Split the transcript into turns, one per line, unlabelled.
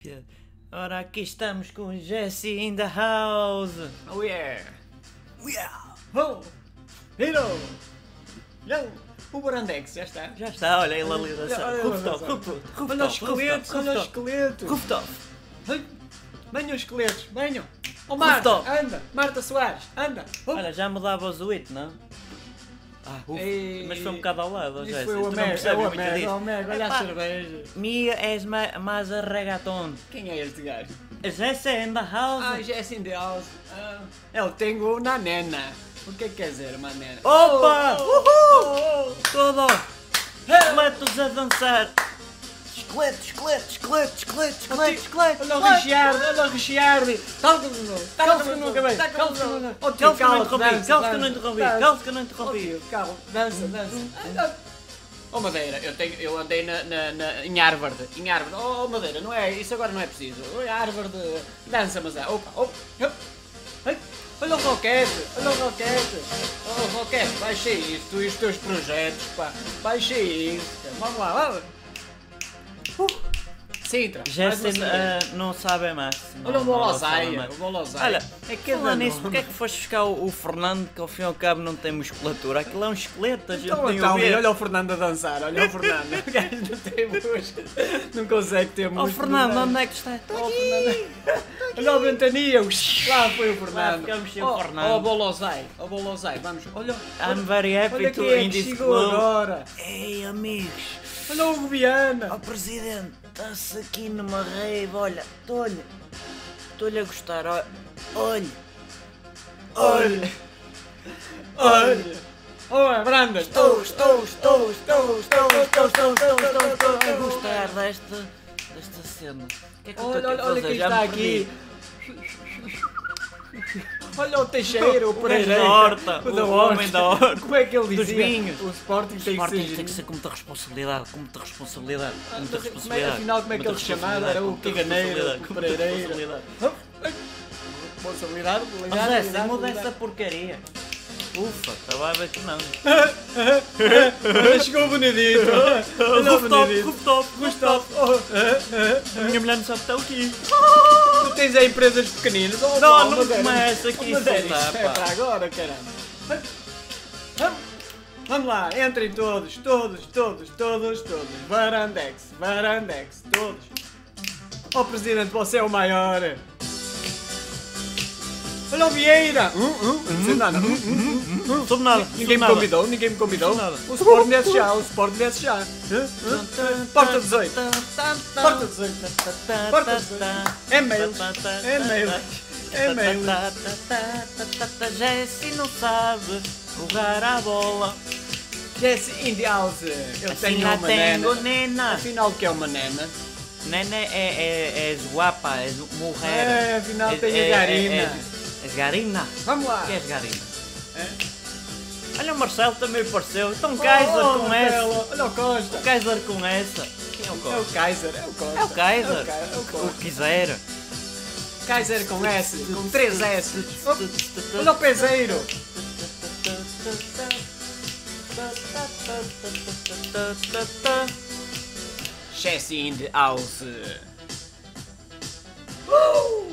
Que- Ora, aqui estamos com o Jesse in the house.
Oh yeah!
Oh, hello.
Não! O Borandex, já está.
Já está, olha ele ali a dançar.
Olha ele a
Rooftop,
dançar.
rooftop,
Olha o
rooftop,
esqueleto, olha o
rooftop,
esqueleto!
rooftop.
Venham os esqueletos, venham! Oh Marta,
Rooftop.
anda! Marta Soares, anda! Oh.
Olha, já mudavas o it, não? Ah, ufa.
Ei,
Mas foi um bocado ao lado, ó,
Isso
Jesse.
foi
tu
o
não
Homero, é
percebes
o
muito
Homero, é
disto.
o Homero, olha
Epá,
a cerveja!
Mia és ma- mais a reggaeton.
Quem é este gajo?
Jesse in the house.
Ah, Jesse in the house. Ah, eu tenho uma nena. O que quer dizer uma nena?
Opa!
Oh,
Uhul! Todo! Esqueletos a dançar! Esqueleto, esqueleto, esqueleto, esqueleto, esqueleto, esqueleto!
Olha o Richard, olha o Richard! Calça-me no calça-me no cabelo!
Calça-me
no-
no
Oh, tio,
Calça que eu não interrompi!
dança,
Calça que eu não
dança,
interrompi!
dança.
Calça que eu não
Oh,
interrompi!
tio, Carro, dança, dança! Oh Madeira, eu, tenho, eu andei na, na- na- em Harvard, em Harvard. Oh, oh, Madeira, não é, isso agora não é preciso. Oh, Harvard, dança, mas é. Opa, opa, opa. Ai, Olha o Roquete, olha o Roquete. Oh, Roquete, baixa isto e os teus projetos, pá. Baixa isso. Vamos lá, vamos. Uh, Sintra, mais uma
Jesse
cerveja.
ah, não sabe mais. Não-
Olha
não
o Bolosaia,
sabe mais.
o Bolosaia.
Olha,
É que
falando
é
nisso, porque é que foste buscar o, o Fernando que ao fim e ao cabo não tem musculatura? Aquilo é um esqueleto, a gente
Então,
tem
então,
o
olha o Fernando a dançar, olha o Fernando. O gajo não tem músculo, não consegue ter
Ó
músculo.
Fernando,
não.
onde é que está?
Oh, Fernando. Olha o Ventania, lá foi o
Lá
Fernando.
ficamos sem o
Oh,
Fernando.
Oh, Bolosai, oh Bolosai, vamos, olha.
I'm very happy
Olha
to
quem é
in
que
this
chegou
club.
agora.
Ei amigos,
Olha o Gubiana.
Ó presidente, está-se aqui numa rave, olha, estou-lhe, estou-lhe a gostar, olha, olha,
Olha. Olha. Oh, Branda.
estou, estou, estou, estou, estou, estou, estou, estou, estou, estou a gostar desta, desta cena. O que é que eu
Olha,
estou aqui
olha,
a
olha
fazer?
quem
Já me
está aqui.
perdi.
Olha o Teixeira, o
gajo
Pereira.
da horta,
O, da
o
horta.
homem da horta.
Como é que ele
Dos
dizia?
vinhos.
O
O
Sporting tem que
Sporting
ser.
tem que ser com muita responsabilidade, com muita responsabilidade, com
Ah,
muita
mas como é-
responsabilidade.
afinal, como é que
muita
ele se chamava? Era o
responsabilidade,
Caganeiro,
com muita
o Pereira.
responsabilidade.
Responsabilidade,
Ó
legal,
Jesse,
legal,
muda essa
legal.
porcaria. Ufa, estava a ver que não.
Olha, Chegou o Benedito. Olha o Benedito.
rooftop,
Gustavo, oh,
A minha mulher não sabe que está aqui.
tu tens aí empresas pequeninas. Oh,
Não,
pá,
não
mas era-
começa aqui,
mas era
isso não dá,
isto é
pá.
para agora, caramba. Vamos- Vamos lá, entrem todos, todos, todos, todos, todos. Varandex, Varandex, todos. Oh Presidente, você é o maior. Olha o Vieira. Hum, hum, não sei nada. Hum, hum.
Não soube nada.
Ninguém me convidou, ninguém me convidou.
Nada.
O Sport desce já, o Sport desce já. Porta 18. Porta 18. Porta 18. É mails. É mails. É mails.
Jesse não sabe jogar a bola.
Jesse in the é house. Eu
Assim
tenho
não
uma
tenho
nena.
nena.
Afinal, o que é uma nena?
Nena é, é, é guapa, é mulher.
É, afinal
É-
tenho
é- é-
garina.
é- És garina?
Vamos lá.
O que és garina?
É?
Olha o Marcelo também apareceu. Então Kaiser
Oh,
com essa.
Marcelo,
Um
Olha o Costa.
Kaiser com essa. Quem é o
É o
Costa?
Kaiser, é o Costa.
É o Kaiser.
É o, Kai- é o
O
Costa.
que quiser.
Kaiser com S, com 3 S. Oh, Olha o Peseiro. Jesse in the house. Uh!